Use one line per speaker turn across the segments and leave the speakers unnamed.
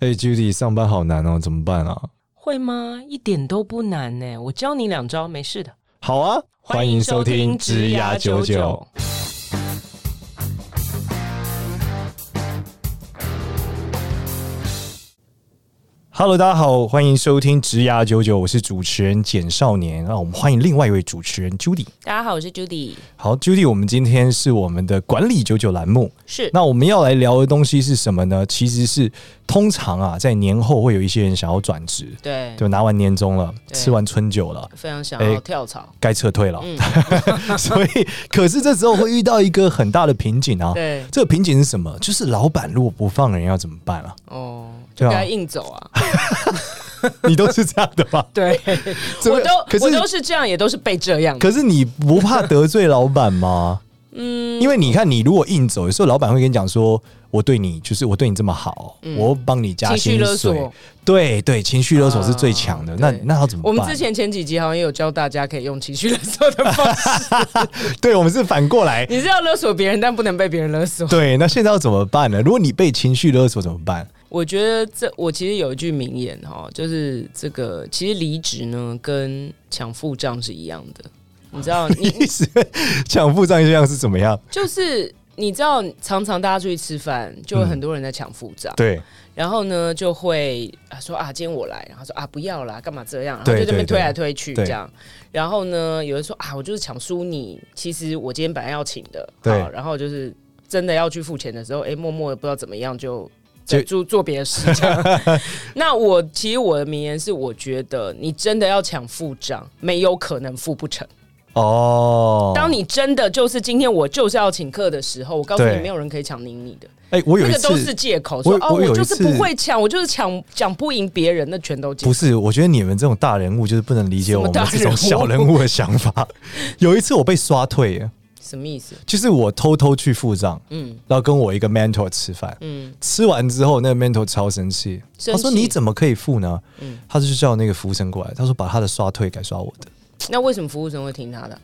哎、j u d y 上班好难哦，怎么办啊？
会吗？一点都不难呢、我教你两招，没事的。
好啊，欢迎收听《职涯九九》。Hello，大家好，欢迎收听《职涯九九》，我是主持人简少年。那我们欢迎另外一位主持人 Judy。
大家好，我是 Judy，
好，Judy，我们今天是我们的管理九九栏目。
是
那我们要来聊的东西是什么呢？其实是通常啊，在年后会有一些人想要转职，
对，
就拿完年终了，
对
吃完春酒了。
非常想
哎
要跳槽。
该撤退了，
嗯
所以可是这时候会遇到一个很大的瓶颈啊。
对，
这个瓶颈是什么？就是老板如果不放人要怎么办啊？
哦，就
对啊
给他硬走啊。？
你都是这样的吧
对，
这个
我
可
都我都
是
是这样，也都是被这样的。
可是你不怕得罪老板吗？
嗯，
因为你看，你如果硬走，有时候老板会跟你讲说：“我对你就是我对你这么好，我帮你加
嗯情绪
薪
勒
水。
索。
对对，情绪勒索是最强的。
啊
那
对
那要怎么
我
办？
们之前前几集好像有教大家可以用情绪勒索的 方式，
对我们是反过 来。
你是要勒索别人，但不能被别人勒索。
对，那现在要怎么办呢？如果你被情绪勒索怎么办？
我觉得这我其实有一句名言哈，就是这个其实离职呢跟抢付账是一样的，你知道， 你
意思抢付账一样是怎么样？
就是你知道，常常大家出去吃饭，就会很多人在抢付账，
嗯对
然后呢就会啊说啊今天我来，然后说啊不要啦，干嘛这样，然后
对
就这边
对
推来推去
对
这样，然后呢有人说啊我就是抢输你，其实我今天本来要请的，
对
好然后就是真的要去付钱的时候，哎默默地不知道怎么样就。
就
就做做别 的事这样。那我其实我的名言是，我觉得你真的要抢付账，没有可能付不成。
哦。
当你真的就是今天我就是要请客的时候，我告诉你，
对
没有人可以抢赢你的，
哎、我有
那
一
个
次
都是借口。
我
说哦，
我有
我
一
就是
次
不会抢，我就是抢抢不赢别人，那全都借
不
口。
是，我觉得你们这种大人物就是不能理解我们
什么大
这
人物
种小人物的想法。 有一次我被刷退了，
什么意思？
就是我偷偷去付账，
嗯
然后跟我一个 mentor 吃饭，
嗯，
吃完之后那个 mentor 超生气，
生气
他说你怎么可以付呢？
嗯
他就叫那个服务生过来，他说把他的刷退改刷我的。
那为什么服务生会听他的？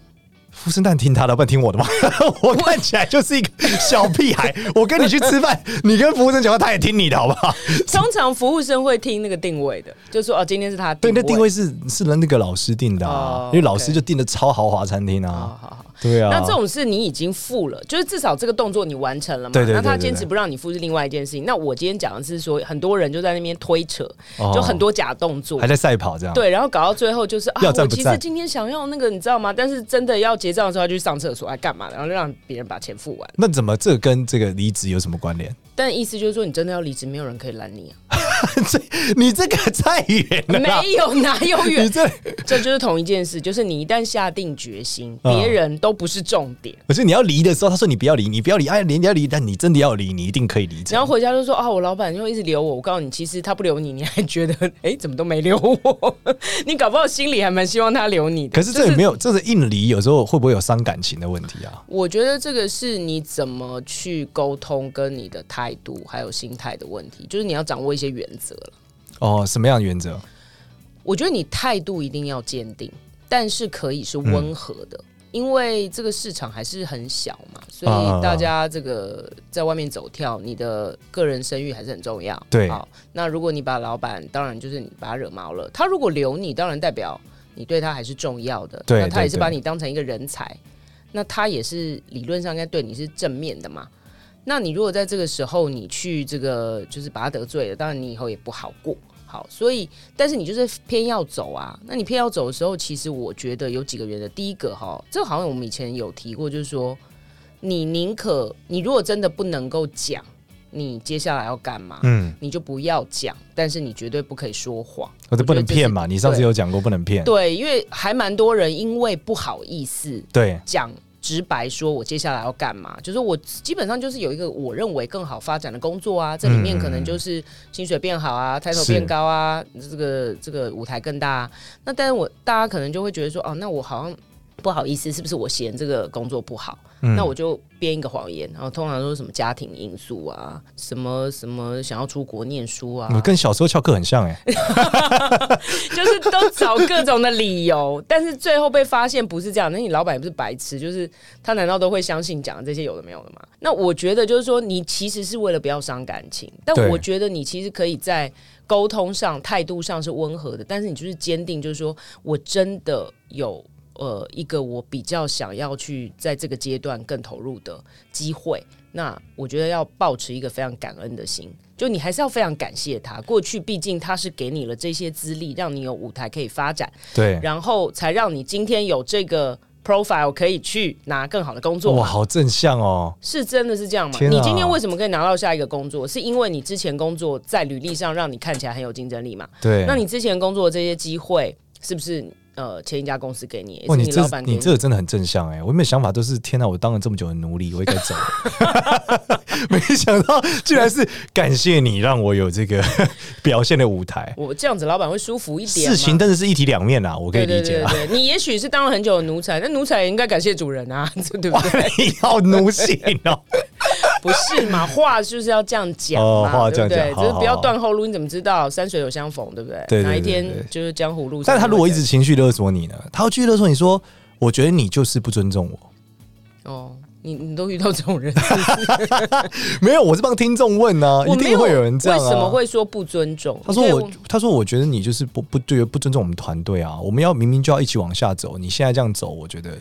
服务生蛋听他的，不然听我的吧。 我看起来就是一个小屁 孩，我跟你去吃饭，你跟服务生讲话，他也听你的，好不 好？
通常服务生会听那个定位的，就说哦，今天是他的
对，
定
那
位。
定位是是那个老师定的啊
哦，
因为老师
OK
就定的超豪华餐厅
好
啊，
哦好好。
对啊。
那这种事你已经付了，就是至少这个动作你完成了嘛。
对对对
那他
对
坚
对
持不让你付是另外一件事情。那我今天讲的是说，很多人就在那边推扯，
哦
就很多假动作
还。在赛跑这样。
对，然后搞到最后就是啊，
要赞
我
不
其
赞
实今天想要那个，你知道吗？但是真的要结账的时候，他去上厕所，还干嘛的？然后就让别人把钱付完。
那怎么这跟这个离职有什么关联？
但意思就是说，你真的要离职，没有人可以拦你啊，
这你这个太远了啦，
没有哪有
你
远，
这
这就是同一件事，就是你一旦下定决心，
嗯
别人都不是重 点。
可是你要离的时候，他说你不要离，你不要离，哎，人家离，但你真的要离，你一定可以离职
然。后回家就说啊，我老板就一直留我。我告诉你，其实他不留你，你还觉得哎，怎么都没留我？ 你搞不好心里还蛮希望他留你的。
可是这也没有，这是硬离，有时候会不会有伤感情的问题啊？
我觉得这个是你怎么去沟通跟你的态度还有心态的问题，就是你要掌握一些原则了。
哦，什么样的原则？
我觉得你态度一定要坚定，但是可以是温和的。因为这个市场还是很小嘛，所
嗯啊
以大家这个在外面走跳，你的个人声誉还是很重要。
对
好，那如果你把老板，当然就是你把他惹毛了，他如果留你，当然代表你对他还是重要的，
对
那他也是
对对
把你当成一个人才，那他也是理论上应该对你是正面的嘛。那你如果在这个时候你去这个就是把他得罪了，当然你以后也不好过。好，所以但是你就是偏要走啊，那你偏要走的时候，其实我觉得有几个原则。第一个哈，这个好像我们以前有提过，就是说你宁可你如果真的不能够讲你接下来要干嘛，
嗯，
你就不要讲，但是你绝对不可以说谎。
我这不能
我觉得这是
骗嘛，你上次有讲过不能骗。
对，因为还蛮多人因为不好意思
对，
讲直白，说我接下来要干嘛，就是我基本上就是有一个我认为更好发展的工作啊，这里面可能就是薪水变好啊，抬头
是
变高啊，这个这个舞台更大、啊。那但是我大家可能就会觉得说，哦，那我好像不好意思，是不是我嫌这个工作不好？那我就编一个谎言，然后通常都是什么家庭因素啊，什么什么想要出国念书啊，
你跟小时候翘课很像哎、
就是都找各种的理由，但是最后被发现不是这样，那你老板也不是白痴，就是他难道都会相信讲的这些有的没有的吗？那我觉得就是说，你其实是为了不要伤感情，但
对
我觉得你其实可以在沟通上、态度上是温和的，但是你就是坚定，就是说我真的有。呃，一个我比较想要去在这个阶段更投入的机会，那我觉得要保持一个非常感恩的心，就你还是要非常感谢他。过去毕竟他是给你了这些资历，让你有舞台可以发展，
对，
然后才让你今天有这个 profile 可以去拿更好的工作
哇，
嘛。
好正向哦。
是真的是这样吗？
天啊
你今天为什么可以拿到下一个工作？是因为你之前工作在履历上让你看起来很有竞争力嘛？
对，
那你之前工作的这些机会是不是呃前一家公司给你，也
哇，
是
你
你
这
老板给
你
你？
这个真的很正向哎、我原本想法都是天哪，我当了这么久的奴隶，我应该走了， 没想到竟然是感谢你让我有这个 表现的舞台。
我这样子老板会舒服一点吗。
事情真的是一体两面啊，我可以
对对
理
对
解啊。
对，对你也许是当了很久的奴才，那奴才也应该感谢主人啊， 对不对？
你好奴性哦，
不是嘛？话就是要这样讲嘛，
哦话这
对
样讲
不对？
好
就是不
好
要
好
断后路，你怎么知道山水有相逢，对不对？
对对对
哪一
对
天就是江湖路上。
但他如果一直情绪勒索你呢？他要继续勒索你说，我觉得你就是不尊重我。
哦，你你都遇到这种人，
没有，我是帮听众问呢、
我
一
没
定会有人这样、啊。
为什么会说不尊重？
他说
对
我，他说我觉得你就是不不对，不尊重我们团队啊！我们要明明就要一起往下走，你现在这样走，我觉得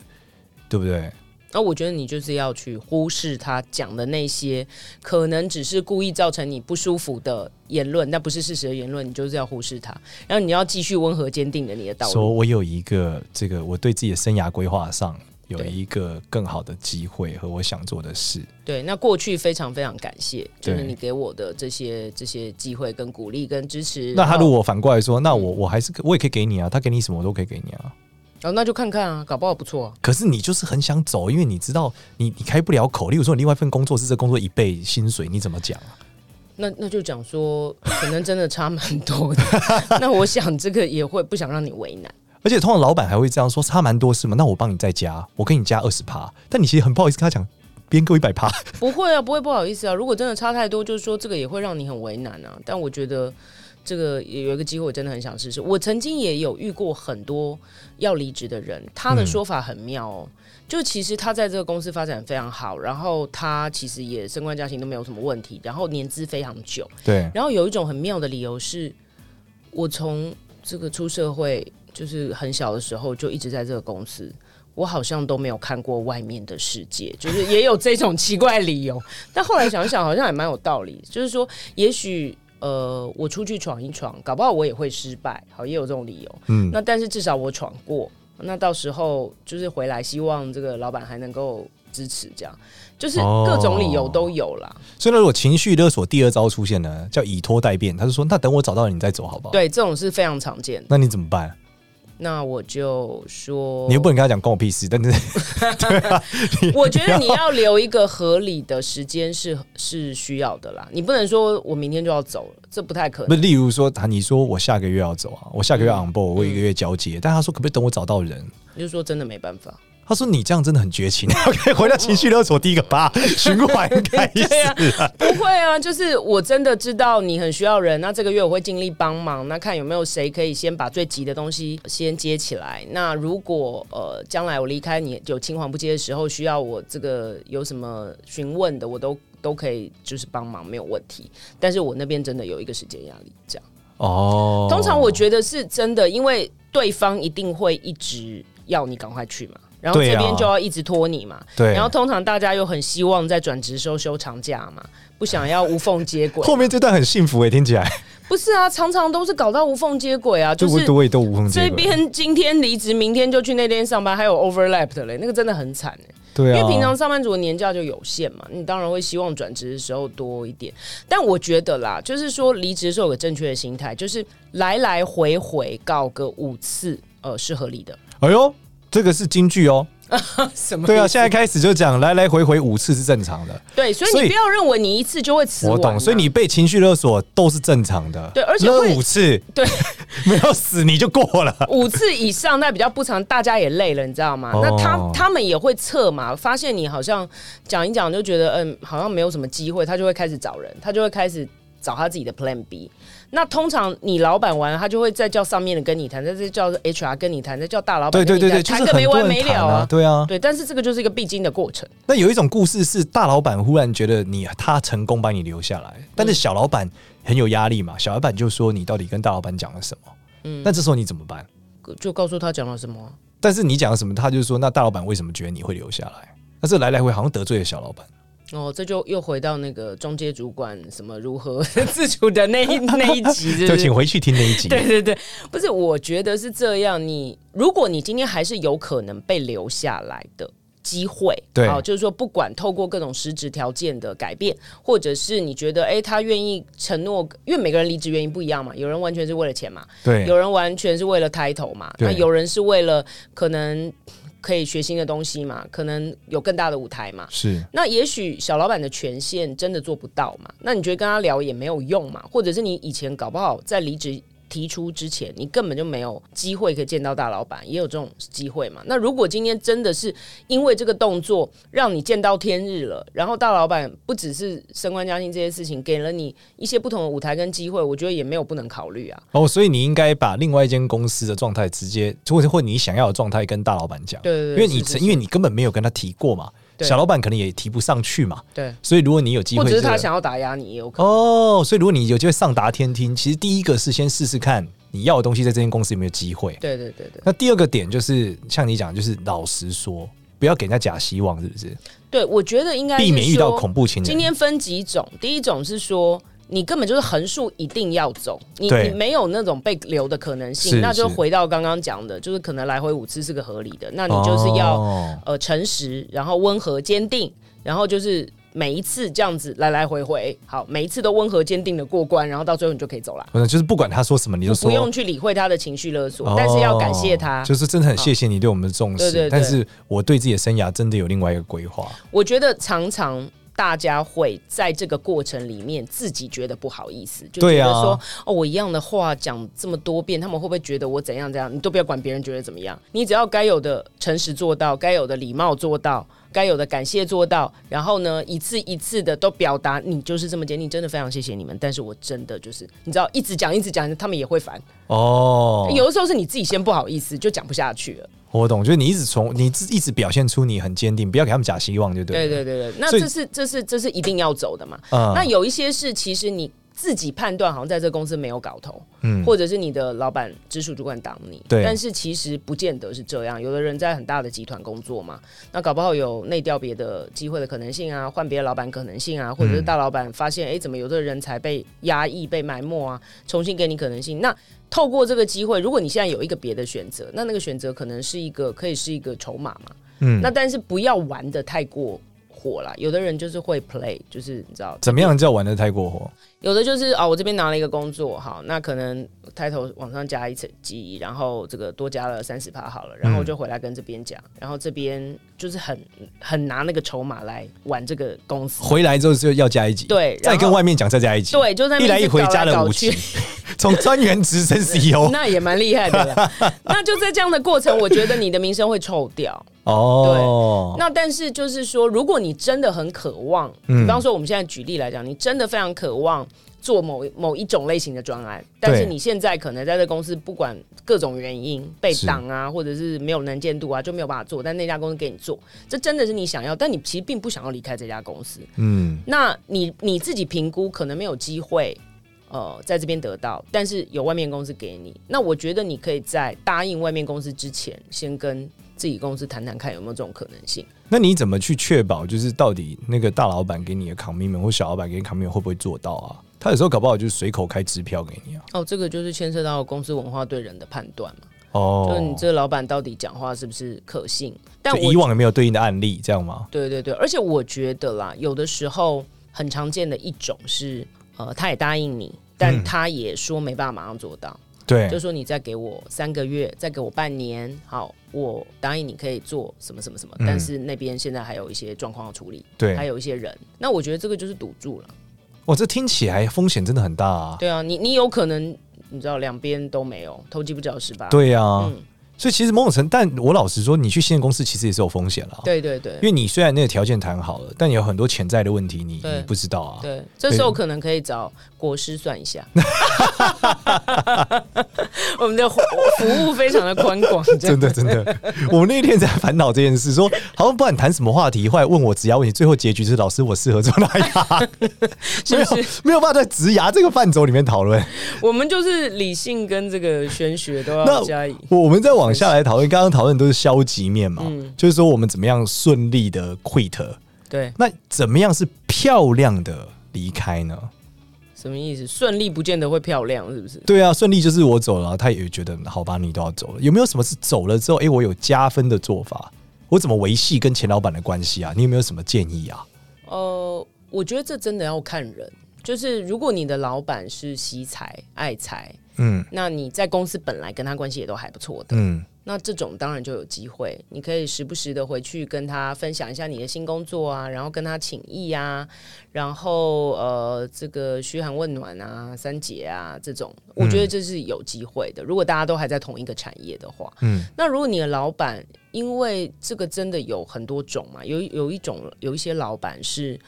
对不对？
那哦我觉得你就是要去忽视他讲的那些可能只是故意造成你不舒服的言论，那不是事实的言论，你就是要忽视他，然后你要继续温和坚定的你的道
说
路。
我有一个这个我对自己的生涯规划上有
对
一个更好的机会和我想做的事，
对，那过去非常非常感谢，就是
对
你给我的这些这些机会跟鼓励跟支持。
那他
然后嗯
如果反过来说，那我我还是可我也可以给你啊，他给你什么我都可以给你啊。
哦，那就看看啊，搞不好不错、啊。
可是你就是很想走，因为你知道你你开不了口。例如说，你另外一份工作是这工作一倍薪水，你怎么讲啊？
那那就讲说，可能真的差蛮 多的。那我想这个也会不想让你为难。
而且通常老板还会这样说，差蛮多是吗？那我帮你再加，我给你加二十趴，但你其实很不好意思跟他讲，别人给我一百趴。
不会啊，不会不好意思啊。如果真的差太多，就是说这个也会让你很为难啊。但我觉得这个也有一个机会，我真的很想试试。我曾经也有遇过很多要离职的人，他的
嗯
说法很妙哦。就其实他在这个公司发展非常好，然后他其实也升官加薪都没有什么问题，然后年资非常久，
对，
然后有一种很妙的理由是，我从这个出社会就是很小的时候就一直在这个公司，我好像都没有看过外面的世界，就是也有这种奇怪理由。但后来想一想，好像也蛮有道理，就是说，也许。呃，我出去闯一闯，搞不好我也会失败，好，也有这种理由。
嗯，
那但是至少我闯过，那到时候就是回来，希望这个老板还能够支持，这样就是各种理由都有啦。
所以呢，如果情绪勒索第二招出现呢，叫以拖代变，他就说那等我找到你再走好不好？，
对，这种是非常常见的。
那你怎么办？
那我就说，
你又不能跟他讲关我屁事，但是嗯
我觉得你要留一个合理的时间是是需要的啦，你不能说我明天就要走了，这不太可
不
能。
是例如说他你说我下个月要走啊，我下个月
嗯
on board，我有一个月交接，但他说可不可以等我找到人？
你就说真的没办 法，
他说你这样真的很绝情。OK，回 到情绪勒索第一个 吧，循环开始。
对啊，不会啊，就是我真的知道你很需要人，那这个月我会尽力帮忙，那看有没有谁可以先把最急的东西先接起来。那如果呃将来我离开你有青黄不接的时候，需要我这个有什么询问的，我都都可以就是帮忙，没有问题。但是我那边真的有一个时间压力，这样。
哦，
通常我觉得是真的，因为对方一定会一直要你赶快去嘛，然后
对啊
这边就要一直拖你嘛。
对，
然后通常大家又很希望在转职的时候休长假嘛，不想要无缝 接轨。
后面这段很幸福诶、欸听起来
不是啊，常常都是搞到无缝接轨啊，就
对不
是
对？我也都无缝接
这
轨。
边今天离职，明天就去那边上班，还有 overlap 的嘞，那个真的很惨哎、
对啊，
因为平常上班族的年假就有限嘛，你当然会希望转职的时候多一点。但我觉得啦，就是说离职的时候有个正确的心态，就是来来回回告个五次，呃，是合理的。
哎呦，这个是京剧哦，
什么？
对啊，现在开始就讲来来回回五次是正常的，
对，所以
所以
你不要认为你一次就会辞
我
完啊、
懂。所以你被情绪勒索都是正常的，
对而且
勒
会
五次
对
没有死你就过了。
五次以上，那比较不长，大家也累了，你知道吗？
哦
那他他们也会测嘛，发现你好像讲一讲就觉得嗯，好像没有什么机会，他就会开始找人，他就会开始找他自己的 Plan B。那通常你老板完了，他就会再叫上面的跟你谈，再叫 HR 跟你谈，再叫大老板
对
跟
对
你
对对，就是
谈，谈个
很
没
多
完
人
没
谈
了
啊，。对啊。
对，但是这个就是一个必经的过程。
那有一种故事是大老板忽然觉得你啊他成功把你留下来，但是小老板很有压力嘛，小老板就说你到底跟大老板讲了什么？嗯，那这时候你怎么办？
就告诉他讲了什么啊，
但是你讲了什么，他就说那大老板为什么觉得你会留下来？那这来来回好像得罪了小老板。
哦，这就又回到那个中介主管什么如何 自主的那一那一集是不是，
就请回去听那一集。
对对对，不是，我觉得是这样。你如果你今天还是有可能被留下来的机会，
对
好就是说，不管透过各种实质条件的改变，或者是你觉得，哎、他愿意承诺，因为每个人离职原因不一样嘛，有人完全是为了钱嘛，
对
有人完全是为了 title 嘛，那
对
有人是为了可能可以学新的东西嘛，可能有更大的舞台嘛，
是
那也许小老板的权限真的做不到嘛？那你觉得跟他聊也没有用嘛？或者是你以前搞不好在离职提出之前，你根本就没有机会可以见到大老板，也有这种机会嘛？那如果今天真的是因为这个动作让你见到天日了，然后大老板不只是升官加薪这些事情，给了你一些不同的舞台跟机会，我觉得也没有不能考虑啊。
哦，所以你应该把另外一间公司的状态直接，或者或你想要的状态跟大老板讲，
对对对
因为你
是是
因为你根本没有跟他提过嘛，
对
小老板可能也提不上去嘛，
对，
所以如果你有机
或
会、
者
这
是
个，
他想要打压你也有可能。
哦，所以如果你有机会上达天听，其实第一个是先试试看你要的东西在这间公司有没有机会。
对对对对。
那第二个点就是像你讲，就是老实说，不要给人家假希望，是不是？
对，我觉得应该是
避免遇到
说
恐怖情人。
今天分几种，第一种是说。你根本就是横竖一定要走，你
对
你没有那种被留的可能
是
性，那就是回到刚刚讲的，就是可能来回五次是个合理的，那你就是要、
哦
呃诚实，然后温和坚定，然后就是每一次这样子来来回回，好，每一次都温和坚定的过关，然后到最后你就可以走了，
反正就是不管他说什么，你就说
不用去理会他的情绪勒索，
哦
但是要感谢他，
就是真的很谢谢你对我们的重视。
对对对
但是我对自己的生涯真的有另外一个规划。
我觉得常常大家会在这个过程里面自己觉得不好意思，就
对
觉
啊
得说、哦，我一样的话讲这么多遍，他们会不会觉得我怎样怎样？你都不要管别人觉得怎么样，你只要该有的诚实做到，该有的礼貌做到。该有的感谢做到，然后呢，一次一次的都表达你就是这么坚定，真的非常谢谢你们。但是我真的就是，你知道，一直讲一直讲，他们也会烦。
哦，
有的时候是你自己先不好意思，就讲不下去了。
我懂，就是你一直从你自一直表现出你很坚定，不要给他们假希望，就对了。
对对对对，那
所以
这是这是这是一定要走的嘛？
嗯
那有一些事，其实你自己判断好像在这公司没有搞头，
嗯
或者是你的老板、直属主管挡你，
对
但是其实不见得是这样。有的人在很大的集团工作嘛，那搞不好有内调别的机会的可能性啊，换别的老板可能性啊，
嗯
或者是大老板发现，哎、怎么有的人才被压抑、被埋没啊，重新给你可能性。那透过这个机会，如果你现在有一个别的选择，那那个选择可能是一个可以是一个筹码嘛，
嗯
那但是不要玩的太过火啦，有的人就是会 play，就是你知道
怎么样叫玩的太过火？
有的就是哦，我这边拿了一个工作，好，那可能抬头往上加一层级，然后这个多加了三十趴好了，然后我
嗯
就回来跟这边讲，然后这边就是很很拿那个筹码来玩这个公司，
回来之后就要加一级，
对然
再
后
跟外面讲再加一级，，
对，就在那
一
边
来一回
直搞
加了
搞
五
去
级， 从专员直升 E CEO。
那也蛮厉害的啦。 那就在这样的过程，我觉得你的名声会臭掉。
哦，
那但是就是说，如果你真的很渴望，
嗯
比方说我们现在举例来讲，你真的非常渴望做某某一种类型的专案，但是你现在可能在这公司不管各种原因被挡啊，或者是没有能见度啊，就没有办法做，但那家公司给你做，这真的是你想要，但你其实并不想要离开这家公司。
嗯，
那你你自己评估可能没有机会，呃，在这边得到，但是有外面公司给你，那我觉得你可以在答应外面公司之前，先跟自己公司谈谈看有没有这种可能性。
那你怎么去确保，就是到底那个大老板给你的 commitment 或小老板给你的 commitment 会不会做到啊？他有时候搞不好就是随口开支票给你啊。
哦，这个就是牵涉到公司文化对人的判断嘛，就是
哦
你，这个老板到底讲话是不是可信？但
就
我
以往有没有对应的案例这样吗？
对对对，而且我觉得啦，有的时候很
嗯
常见的一种是，呃，他也答应你，但他也说没办法马上做到。
对
就说你再给我三个月，再给我半年，好，我答应你可以做什么什么什么，
嗯
但是那边现在还有一些状况要处理，还
对，啊
有一些人，那我觉得这个就是赌注了。
哇，这听起来风险真的很大啊。
对啊，你你有可能你知道两边都没有，投机不了是吧？
对啊，
嗯，
所以其实某种程度，但我老实说，你去新的公司其实也是有风险啦。
对对对
因为你虽然那个条件谈好了，但有很多潜在的问题你，你
对
不知道啊。
对，这时候可能可以找国师算一下。 我们的服服务非常的宽广，这样
真的真 的，我们那天在烦恼这件事，说好像不管谈什么话题，后来问我职涯问题，最后结局是老师我适合做哪一 行，
是不
没有
是？
没有办法在职涯这个范畴里面讨论。
我们就是理性跟这个玄学都
那
要加以。
我我们再往下来讨论，刚刚讨论都是消极面嘛，就是说我们怎么样顺利的 quit，
对，
那怎么样是漂亮的离开呢？
什么意思？顺利不见得会漂亮，是不是？
对啊，顺利就是我走了，他也觉得好吧，你都要走了。有没有什么是走了之后，诶，我有加分的做法？我怎么维系跟前老板的关系啊？你有没有什么建议啊？
呃，我觉得这真的要看人。就是如果你的老板是惜财爱财，
嗯
那你在公司本来跟他关系也都还不错的，
嗯，
那这种当然就有机会，你可以时不时的回去跟他分享一下你的新工作啊，然后跟他请益啊，然后呃，这个嘘寒问暖啊、三节啊这种，我觉得这是有机会的。如果大家都还在同一个产业的话，
嗯，
那如果你的老板，因为这个真的有很多种嘛，有有一种有一些老板是，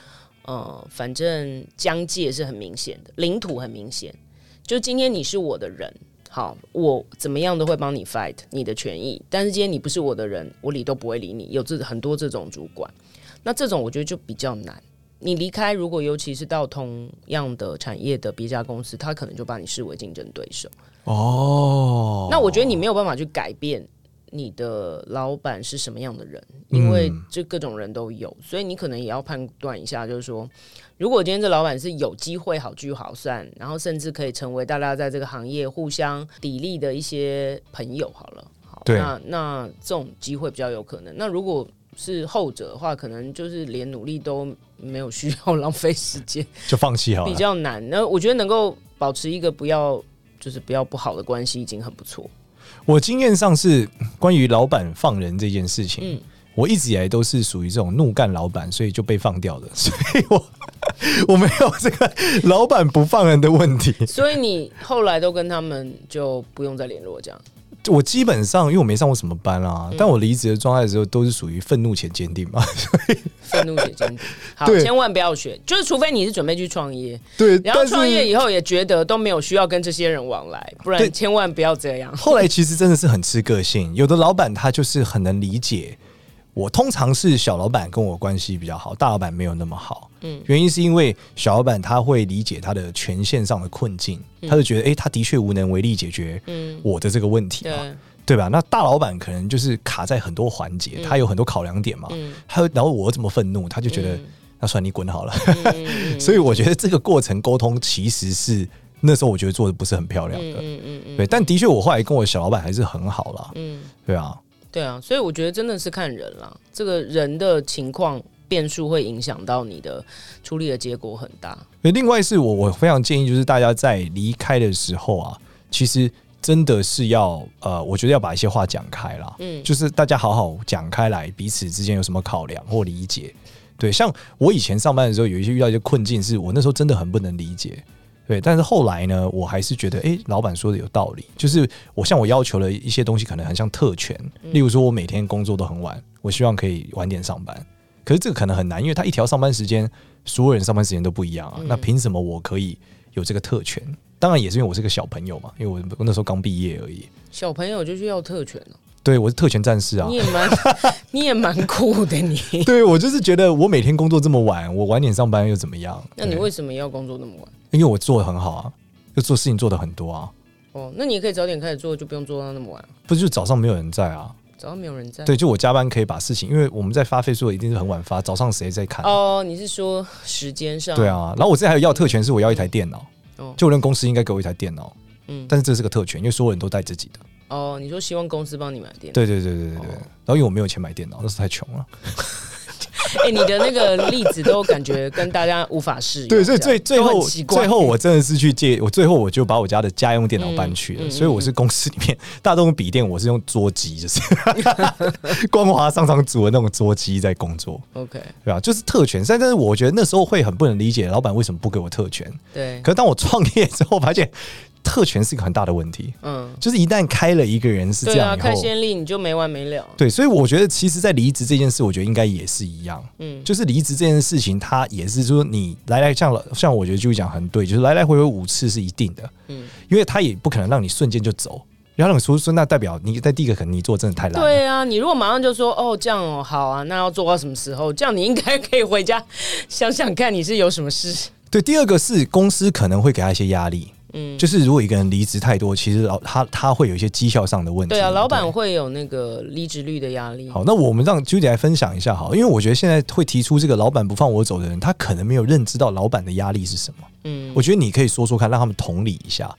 呃，反正疆界是很明显的，领土很明显，就今天你是我的人，好，我怎么样都会帮你 fight 你的权益。但是今天你不是我的人，我理都不会理你。有这很多这种主管，那这种我觉得就比较难。你离开，如果尤其是到同样的产业的别家公司，他可能就把你视为竞争对手。
哦，
那我觉得你没有办法去改变你的老板是什么样的人，因为
嗯
这各种人都有，所以你可能也要判断一下，就是说，如果今天这老板是有机会好聚好散，然后甚至可以成为大家在这个行业互相砥砺的一些朋友，好了，好，
对
那那这种机会比较有可能。那如果是后者的话，可能就是连努力都没有需要浪费时间，
就放弃 好
比
了。
较难。那我觉得能够保持一个不要就是不要不好的关系，已经很不错。
我经验上是关于老板放人这件事情，
嗯
我一直以来都是属于这种怒干老板，所以就被放掉的， 所以我我没有这个老板不放人的问题。
所以你后来都跟他们就不用再联络，这样
我基本上因为我没上过什么班
嗯
啊，但我离职的状态的时候都是属于愤怒且坚定嘛。
愤怒血经济。好，
对
千万不要学，就是除非你是准备去创业，
对，
然后
但是
创业以后也觉得都没有需要跟这些人往来，不
对
然千万不要这样。
后来其实真的是很吃个性，有的老板他就是很能理解。我通常是小老板跟我关系比较好，大老板没有那么好。嗯，原因是因为小老板他会理解他的权限上的困境，他就觉得诶，他的确无能为力解决
嗯，
我的这个问题
对啊
嘛，，对啊吧？那大老板可能就是卡在很多环
嗯
节，他有很多考量点嘛。他然后我又这么愤怒，他就觉得、
嗯
那算了你滚好了。 所以我觉得这个过程沟通其实是那时候我觉得做的不是很漂亮的。
嗯嗯嗯
对，但的确我后来跟我小老板还是很好啦，
嗯，
对啊，
对啊，所以我觉得真的是看人啦，这个人的情况变数会影响到你的处理的结果很大。
所以另外是我我非常建议就是大家在离开的时候啊，其实真的是要呃，我觉得要把一些话讲开啦，
嗯
就是大家好好讲开来，彼此之间有什么考量或理解。对，像我以前上班的时候，有一些遇到一些困境，是我那时候真的很不能理解。对，但是后来呢，我还是觉得，诶，老板说的有道理。就是我像我要求了一些东西，可能很像特权，例如说我每天工作都很晚，我希望可以晚点上班。可是这个可能很难，因为他一条上班时间，所有人上班时间都不一样啊。
嗯
那凭什么我可以有这个特权？当然也是因为我是个小朋友嘛，因为我我那时候刚毕业而已。
小朋友就去要特权了、
对，我是特权战士啊
你。也 蛮你也蛮酷的你。
对，我就是觉得我每天工作这么晚，我晚点上班又怎么样？
那你
对
为什么要工作那么晚？
因为我做的很好啊，就做事情做的很多啊，
哦，那你也可以早点开始做，就不用做到那么晚，
不是就早上没有人在啊？
早上没有人在。
对，就我加班可以把事情，因为我们在发费数一定是很晚发，早上谁在看？
哦，你是说时间上？
对，啊，然后我之前还有要特权，是我要一台电脑，
哦
就我认公司应该给我一台电脑，
嗯，
但是这是个特权，因为所有人都带自己的。
哦，你说希望公司帮你买电脑，
对对对对对对。
哦
然后因为我没有钱买电脑，那时候太穷了。
哎、你的那个例子都感觉跟大家无法适用，
对，所以
这
最最
样都很
后
奇怪
最后我真的是去借我最后我就把我家的家用电脑搬去了，
嗯嗯
所以我是公司里面大众笔电，我是用桌机，就是 光华上上组的那种桌机在工作，
OK，
对吧、就是特权，但但是我觉得那时候会很不能理解老板为什么不给我特权。
对，
可是当我创业之后，发现特权是一个很大的问题，
嗯，
就是一旦开了一个人是这
对啊，
样以后
看，先例你就没完没了，
对，所以我觉得其实，在离职这件事，我觉得应该也是一样。
嗯
就是离职这件事情，它也是说你来来像像我觉得就讲很对，就是来来回回五次是一定的，
嗯，
因为他也不可能让你瞬间就走。然后你说说，那代表你在第一个可能你做得真的太烂了，
对啊，你如果马上就说哦这样哦好啊，那要做到什么时候？这样你应该可以回家想想看你是有什么事，
对，第二个是公司可能会给他一些压力，
嗯，
就是如果一个人离职太多，其实老他他会有一些绩效上的问题。
对啊，老板
对
会有那个离职率的压力，
好，那我们让 Judy 来分享一下好了，因为我觉得现在会提出这个老板不放我走的人，他可能没有认知到老板的压力是什么。
嗯，
我觉得你可以说说看，让他们同理一下。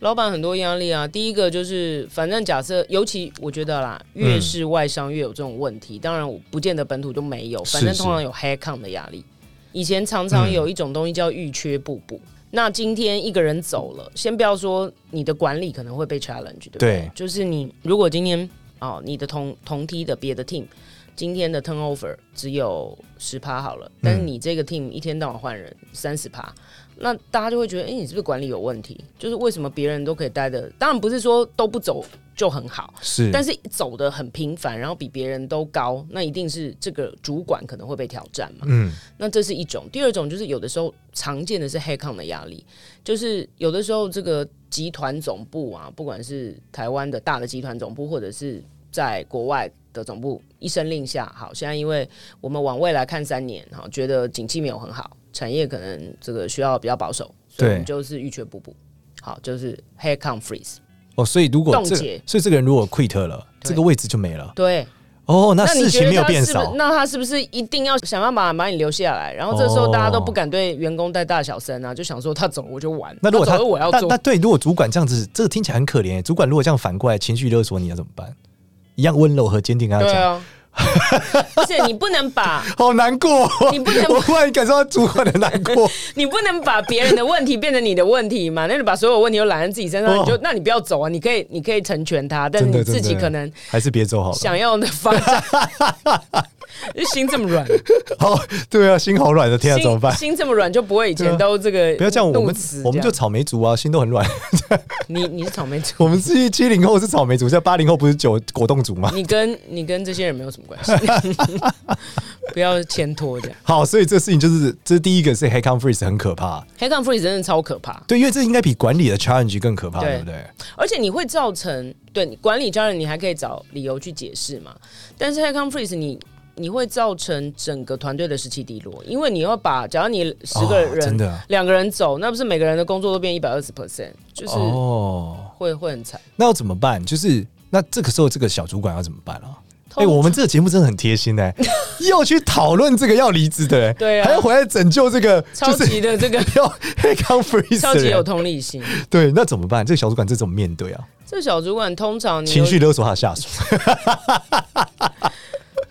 老板很多压力啊。第一个就是，反正假设，尤其我觉得啦，越是外商越有这种问题。当然，我不见得本土就没有，
是
反正通常有 head count 的压力。以前常常有嗯一种东西叫预缺不补。那今天一个人走了，先不要说你的管理可能会被 challenge，对不对？
对
就是你如果今天哦，你的同同梯的别的 team 今天的 turnover 只有十趴好了，但是你这个 team 一天到晚换人三十趴，那大家就会觉得，哎、你是不是管理有问题？就是为什么别人都可以待的，当然不是说都不走就很好，
是，
但
是
是走的很频繁，然后比别人都高，那一定是这个主管可能会被挑战嘛。
嗯，
那这是一种。第二种就是有的时候常见的是黑抗的压力，就是有的时候这个集团总部啊，不管是台湾的大的集团总部，或者是在国外的总部，一声令下，好，现在因为我们往未来看三年，好，觉得景气没有很好，产业可能这个需要比较保守，所以我
对
们就是预缺补补，好，就是 head count freeze。
哦，所以如果
冻
这
结
所以这个人如果 quit 了，
对
这个位置就没了。
对，
哦，那
那你
事
觉
情
得
没有
他
变
是不是
少。
嗯那他是不是一定要想办法把你留下来？然后这时候大家都不敢对员工带大小声啊，就想说他走我就玩，
哦那如果
他
他
走了我要
那
做
那，对，如果主管这样子，这个听起来很可怜。主管如果这样反过来情绪勒索你，要怎么办？一样温柔和坚定跟他
对
讲，
啊，而且你 不能把
好难过哦，
你不能
我忽然感受到主管的难 过。
你不能把别人的问题变成你的问题嘛？那你把所有问题都揽在自己身上，
哦
你就那你不要走啊，你可以你可以成全他，但是
真的
你自己
真的
可能
还是别走好了。
想要的发展， 心这么软，
好，对啊，心好软的，天啊，怎么
心
办？
心这么软就不会以前
对啊
都这个
不要这样，我
怒
们
词
我们就
这样
草莓族啊，心都很软。
你你是草莓族。
我们是七零后是草莓族，现在八零后不是九果冻族吗？
你跟你跟这些人没有什么关系， 不要牵拖这样。
好，所以这事情就是这第一个是 h e a d c o n freeze 很可怕，
黑杠 freeze 真的超可怕，
对，因为这应该比管理的 challenge 更可怕，
对
对不对？
而且你会造成对你管理家人，你还可以找理由去解释嘛。但是黑杠 freeze 你你会造成整个团队的士气低落，因为你要把假如你十个
哦真
人
的
两、个人走，那不是每个人的工作都变一百二十 percent，就是
哦，
会、会很惨。
那要怎么办？就是那这个时候这个小主管要怎么办啊？哎、
通
我们这个节目真的很贴心 哎、又去讨论这个要离职的人、
对啊
还要回来拯救这个
超
就是
级的这个
要 h e a d c o n freeze
超
的
级有
人，
同理心。
对，那怎么办？这个小主管这怎么面对啊？
这小主管通常你
情
有
绪勒索他的下属。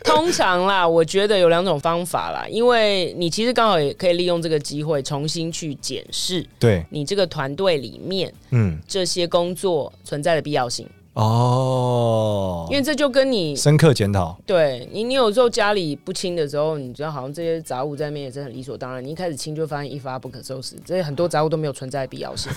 通常啦，我觉得有两种方法啦，因为你其实刚好也可以利用这个机会重新去检视
对，
你这个团队里面
嗯，
这些工作存在的必要性，
哦，
因为这就跟你
深刻检讨，
对你，你有时候家里不清的时候，你觉得好像这些杂物在那边也是很理所当然，你一开始清就会发现一发不可收拾，这些很多杂物都没有存在的必要性。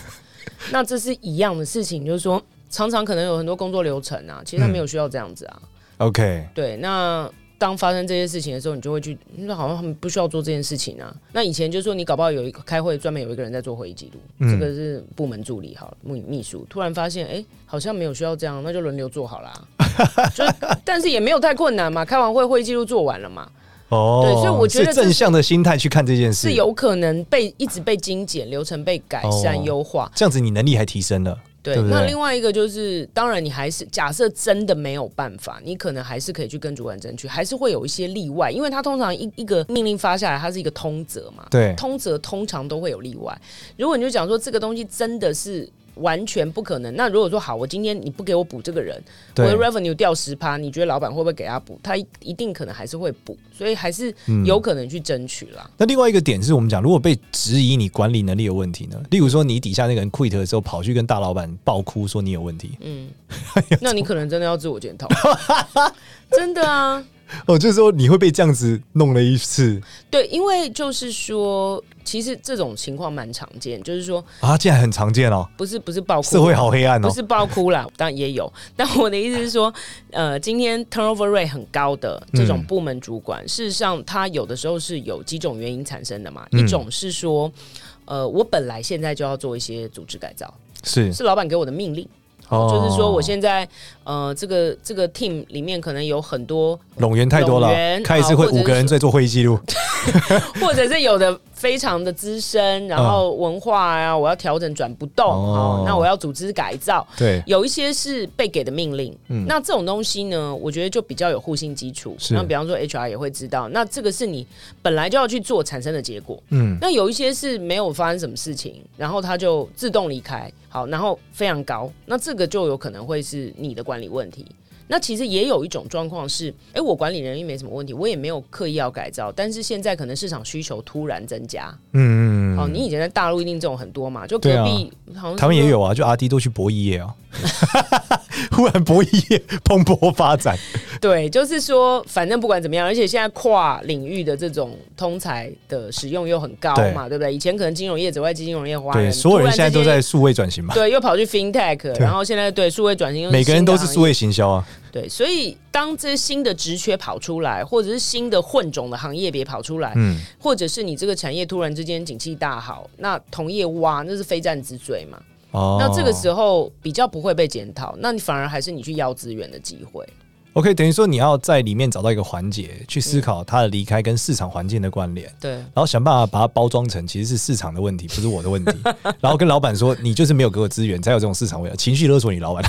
那这是一样的事情，就是说常常可能有很多工作流程啊，其实它没有需要这样子啊。
OK，
对，那当发生这些事情的时候，你就会去，那好像他们不需要做这件事情啊。那以前就说你搞不好有一个开会专门有一个人在做会议记录，
嗯
这个是部门助理好了，秘秘书，突然发现哎、诶好像没有需要这样，那就轮流做好啦。就是，但是也没有太困难嘛，开完会会议记录做完了嘛，
哦，
对所以我觉得
是正向的心态去看这件事，
是有可能被一直被精简，流程被改善、
哦
优化。
这样子，你能力还提升了。
对，
对不对
那另外一个就是，当然你还是假设真的没有办法，你可能还是可以去跟主管争取，还是会有一些例外，因为他通常一一个命令发下来，它是一个通则嘛，
对
通则通常都会有例外。如果你就讲说这个东西真的是完全不可能。那如果说好，我今天你不给我补这个人，我
对
的 revenue 掉十趴，你觉得老板会不会给他补？他一一定可能还是会补，所以还是
嗯
有可能去争取 啦。
那另外一个点是我们讲，如果被质疑你管理能力有问题呢？例如说你底下那个人 quit 的时候，跑去跟大老板爆哭说你有问题，
嗯，那你可能真的要自 我检讨，真的啊。
哦，就是说你会被这样子弄了一次
对，因为就是说，其实这种情况蛮常见，就是说，
啊，竟然很常见哦，
不是不是爆哭，
社会好黑暗哦
不，是爆哭啦，当然也有。但我的意思是说，呃，今天 turnover rate 很高的这种
嗯
部门主管，事实上他有的时候是有几种原因产生的嘛。
嗯
一种是说，呃，我本来现在就要做一些组织改造，
是，
是老板给我的命令，
嗯哦
就是说我现在呃，这个这个 team 里面可能有很多，
哦拢员太多了
拢员，
开一次会
啊或者
五个人
是
在做会议记录，
或者是有的非常的资深，然后文化啊，我要调整转不动
哦
哦，那我要组织改造，
对，
有一些是被给的命令，
嗯
那这种东西呢，我觉得就比较有互信基础。
是
那比方说 HR 也会知道，那这个是你本来就要去做产生的结果。
嗯，
那有一些是没有发生什么事情，然后他就自动离开，好，然后非常高，那这个就有可能会是你的管理问题。那其实也有一种状况是，诶，我管理能力没什么问题，我也没有刻意要改造，但是现在可能市场需求突然增加。
嗯嗯，
哦，
嗯
你以前在大陆一定这种很多嘛，就
对
隔
啊
壁、好像
他们也
有。
有啊，就阿弟都去博弈业啊， 忽然博弈业蓬勃发展，
对，就是说，反正不管怎么样，而且现在跨领域的这种通才的使用又很高嘛，对不对？以前可能金融业只会金融业花
对，所有人现在都。
突
在
然之间
数位转型嘛，
对，又跑去 fintech，然后现在对数位转型又
每个人都是
新的
数
行业
位行销啊，
对，所以当这些新的职缺跑出来，或者是新的混种的行业别跑出来，
嗯，
或者是你这个产业突然之间景气大好，那同业挖那是非战之罪嘛。
哦，
那这个时候比较不会被检讨，那你反而还是你去要资源的机会。
OK，等于说你要在里面找到一个环节，去思考
嗯
他的离开跟市场环境的关联。
对，
然后想办法把它包装成其实是市场的问题，不是我的问 题。然后跟老板说，你就是没有给我资源，才有这种市场问题，情绪勒索你老 板。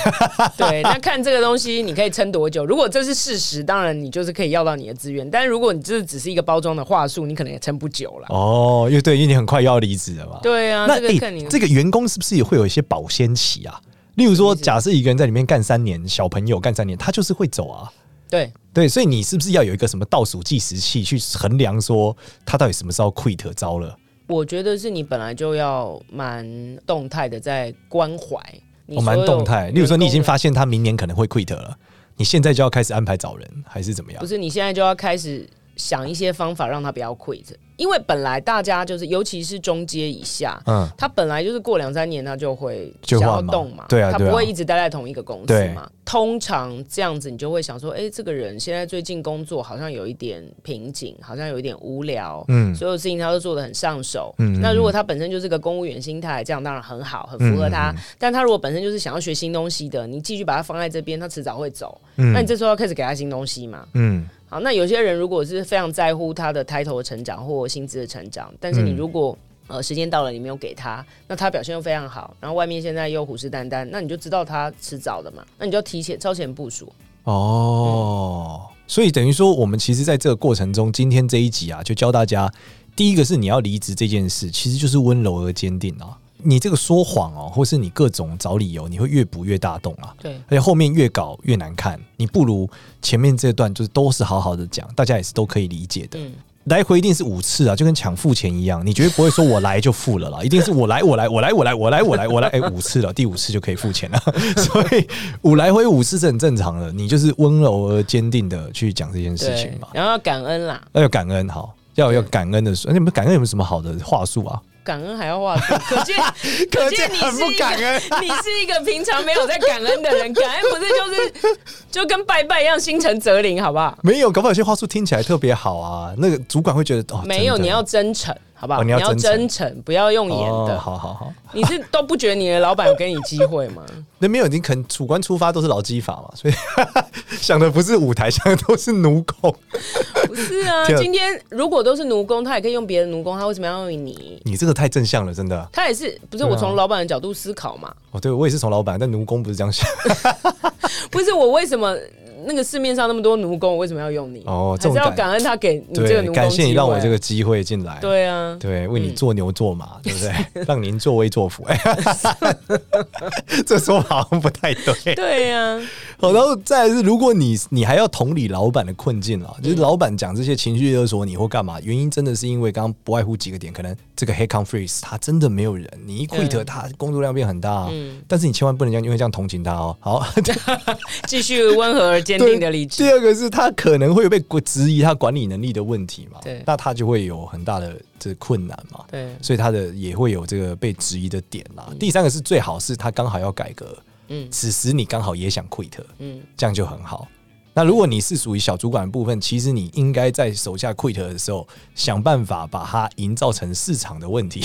对，那看这个东西你可以撑多久。如果这是事实，当然你就是可以要到你的资源。但如果你这只是一个包装的话术，你可能也撑不久了。
哦，因为对，因为你很快又要离职了嘛。
对啊，
那
这个
诶
看你、
这个员工是不是也会有一些保鲜期啊？例如说，假设一个人在里面干三年，小朋友干三年，他就是会走啊。
对
对，所以你是不是要有一个什么倒数计时器去衡量说他到底什么时候 quit 招了？
我觉得是你本来就要蛮动态的在关怀。你
我哦蛮
所有
动态。例如说，
员
你已经
工的
发现他明年可能会 quit 了，你现在就要开始安排找人，还是怎么样
不？是你现在就要开始想一些方法让他不要 quit，因为本来大家就是，尤其是中阶以下。
嗯，
他本来就是过两三年，他就会
就
想要
换嘛
动嘛，
对啊
他
对啊
不会一直待在同一个公司
对
嘛。通常这样子，你就会想说，哎、这个人现在最近工作好像有一点瓶颈，好像有一点无聊，
嗯
所有事情他都做得很上手。
嗯
那如果他本身就是个公务员心态，这样当然很好，很符合
嗯
他。但他如果本身就是想要学新东西的，你继续把他放在这边，他迟早会走。
嗯
那你这时候要开始给他新东西嘛？
嗯，
好，那有些人如果是非常在乎他的 title 的成长或薪资的成长，但是你
嗯
如果、呃时间到了你没有给他，那他表现又非常好，然后外面现在又虎视眈眈，那你就知道他迟早的嘛，那你就要提前超前部署。
哦，所以等于说，我们其实在这个过程中，今天这一集啊，就教大家，第一个是你要离职这件事，其实就是温柔而坚定啊。你这个说谎哦，或是你各种找理由，你会越补越大洞啊。
对
而且后面越搞越难看，你不如前面这段就是都是好好的讲，大家也是都可以理解的。
嗯
来回一定是五次啊，就跟抢付钱一样，你绝对不会说我来就付了啦，一定是我来我来我来我来我来我来我来，哎、五次了，第五次就可以付钱了，所以五来回五次是很正常的，你就是温柔而坚定的去讲这件事
对
情嘛，，
然后要感恩啦，
要有感恩好。要有感恩的说，哎你们感恩有没有什么好的话术啊？
感恩还要画图，可见
可
可
见
见你
很
是
不
一个
感恩
你是一个平常没有在感恩的人，感恩不是就是就跟拜拜一样心诚则灵，好不好？
没有，搞不好有些话术听起来特别好啊，那个主管会觉得哦，
没有，
真的
你要真诚，好不好？
哦你要
要
真诚
真诚，不要用演的。
哦，好好好。
你是都不觉得你的老板有给你机会吗？
那没有，你肯主观出发都是劳基法嘛， 所以想的不是舞台，想的都是奴工。
不 是啊，
天啊
今天如果都是奴工，他也可以用别的奴工，他为什么要用你？
你这个太正向了，真的。
他也是不是
对啊
我从老板的角度思考嘛？
哦，对我也是从老板，但奴工不是这样想。
不是我为什么那个市面上那么多奴工，我为什么要用你？
哦这
还
种
是要
感
感恩他给 你这个
对，
奴工
感谢你
机
让
会
我
啊
这个机会进来，
对啊，
对，为你做牛做马，对不 对？让您作威作福， 哎，这说法好像不太对。
对啊，
好，然后再来是，如果你你还要同理老板的困境啊，
嗯
就是老板讲这些情绪勒索你或干嘛，原因真的是因为刚刚不外乎几个点，可能这个 head count freeze 他真的没有人，你一 quit
嗯
他工作量变很大、啊，
嗯
但是你千万不能这样，因为这样同情他哦。好，
继续温和而坚定的理智。
第二个是他可能会被质疑他管理能力的问题嘛，
对
那他就会有很大的这困难嘛，
对，
所以他的也会有这个被质疑的点啦。第三个是最好是他刚好要改革，
嗯
此时你刚好也想 quit，
嗯，
这样就很好。那如果你是属于小主管的部分，其实你应该在手下 quit 的时候，想办法把它营造成市场的问题，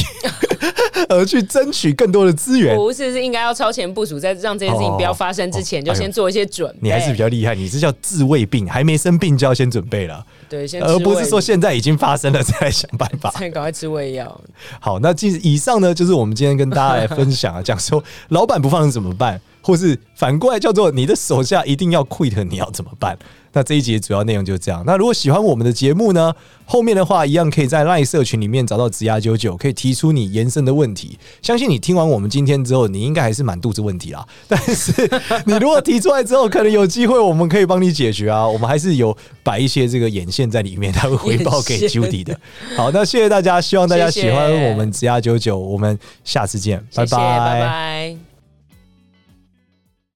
而去争取更多的资源。
我是不是应该要超前部署，在让这件事情不要发生之前，
哦
就先做一些准备？
你还是比较厉害，你是叫治胃病，还没生病就要先准备了，
对，先吃
而不是说
胃
现在已经发生了再来想办法。
先赶快吃胃药。
好，那其实以上呢，就是我们今天跟大家来分享啊，讲说老板不放人怎么办，或是反过来叫做你的手下一定要 quit，你要怎么办？那这一节主要内容就是这样。那如果喜欢我们的节目呢，后面的话一样可以在赖社群里面找到职涯九九，可以提出你延伸的问题。啊相信你听完我们今天之后，你应该还是满肚子问题啦。但是你如果提出来之后，可能有机会我们可以帮你解决啊。我们还是有摆一些这个眼线在里面，他会回报给
眼线
Judy 的。好，那谢谢大家，希望大家
谢
喜
谢
欢我们。子牙九九，我们下次见，
谢 谢，
拜
拜拜。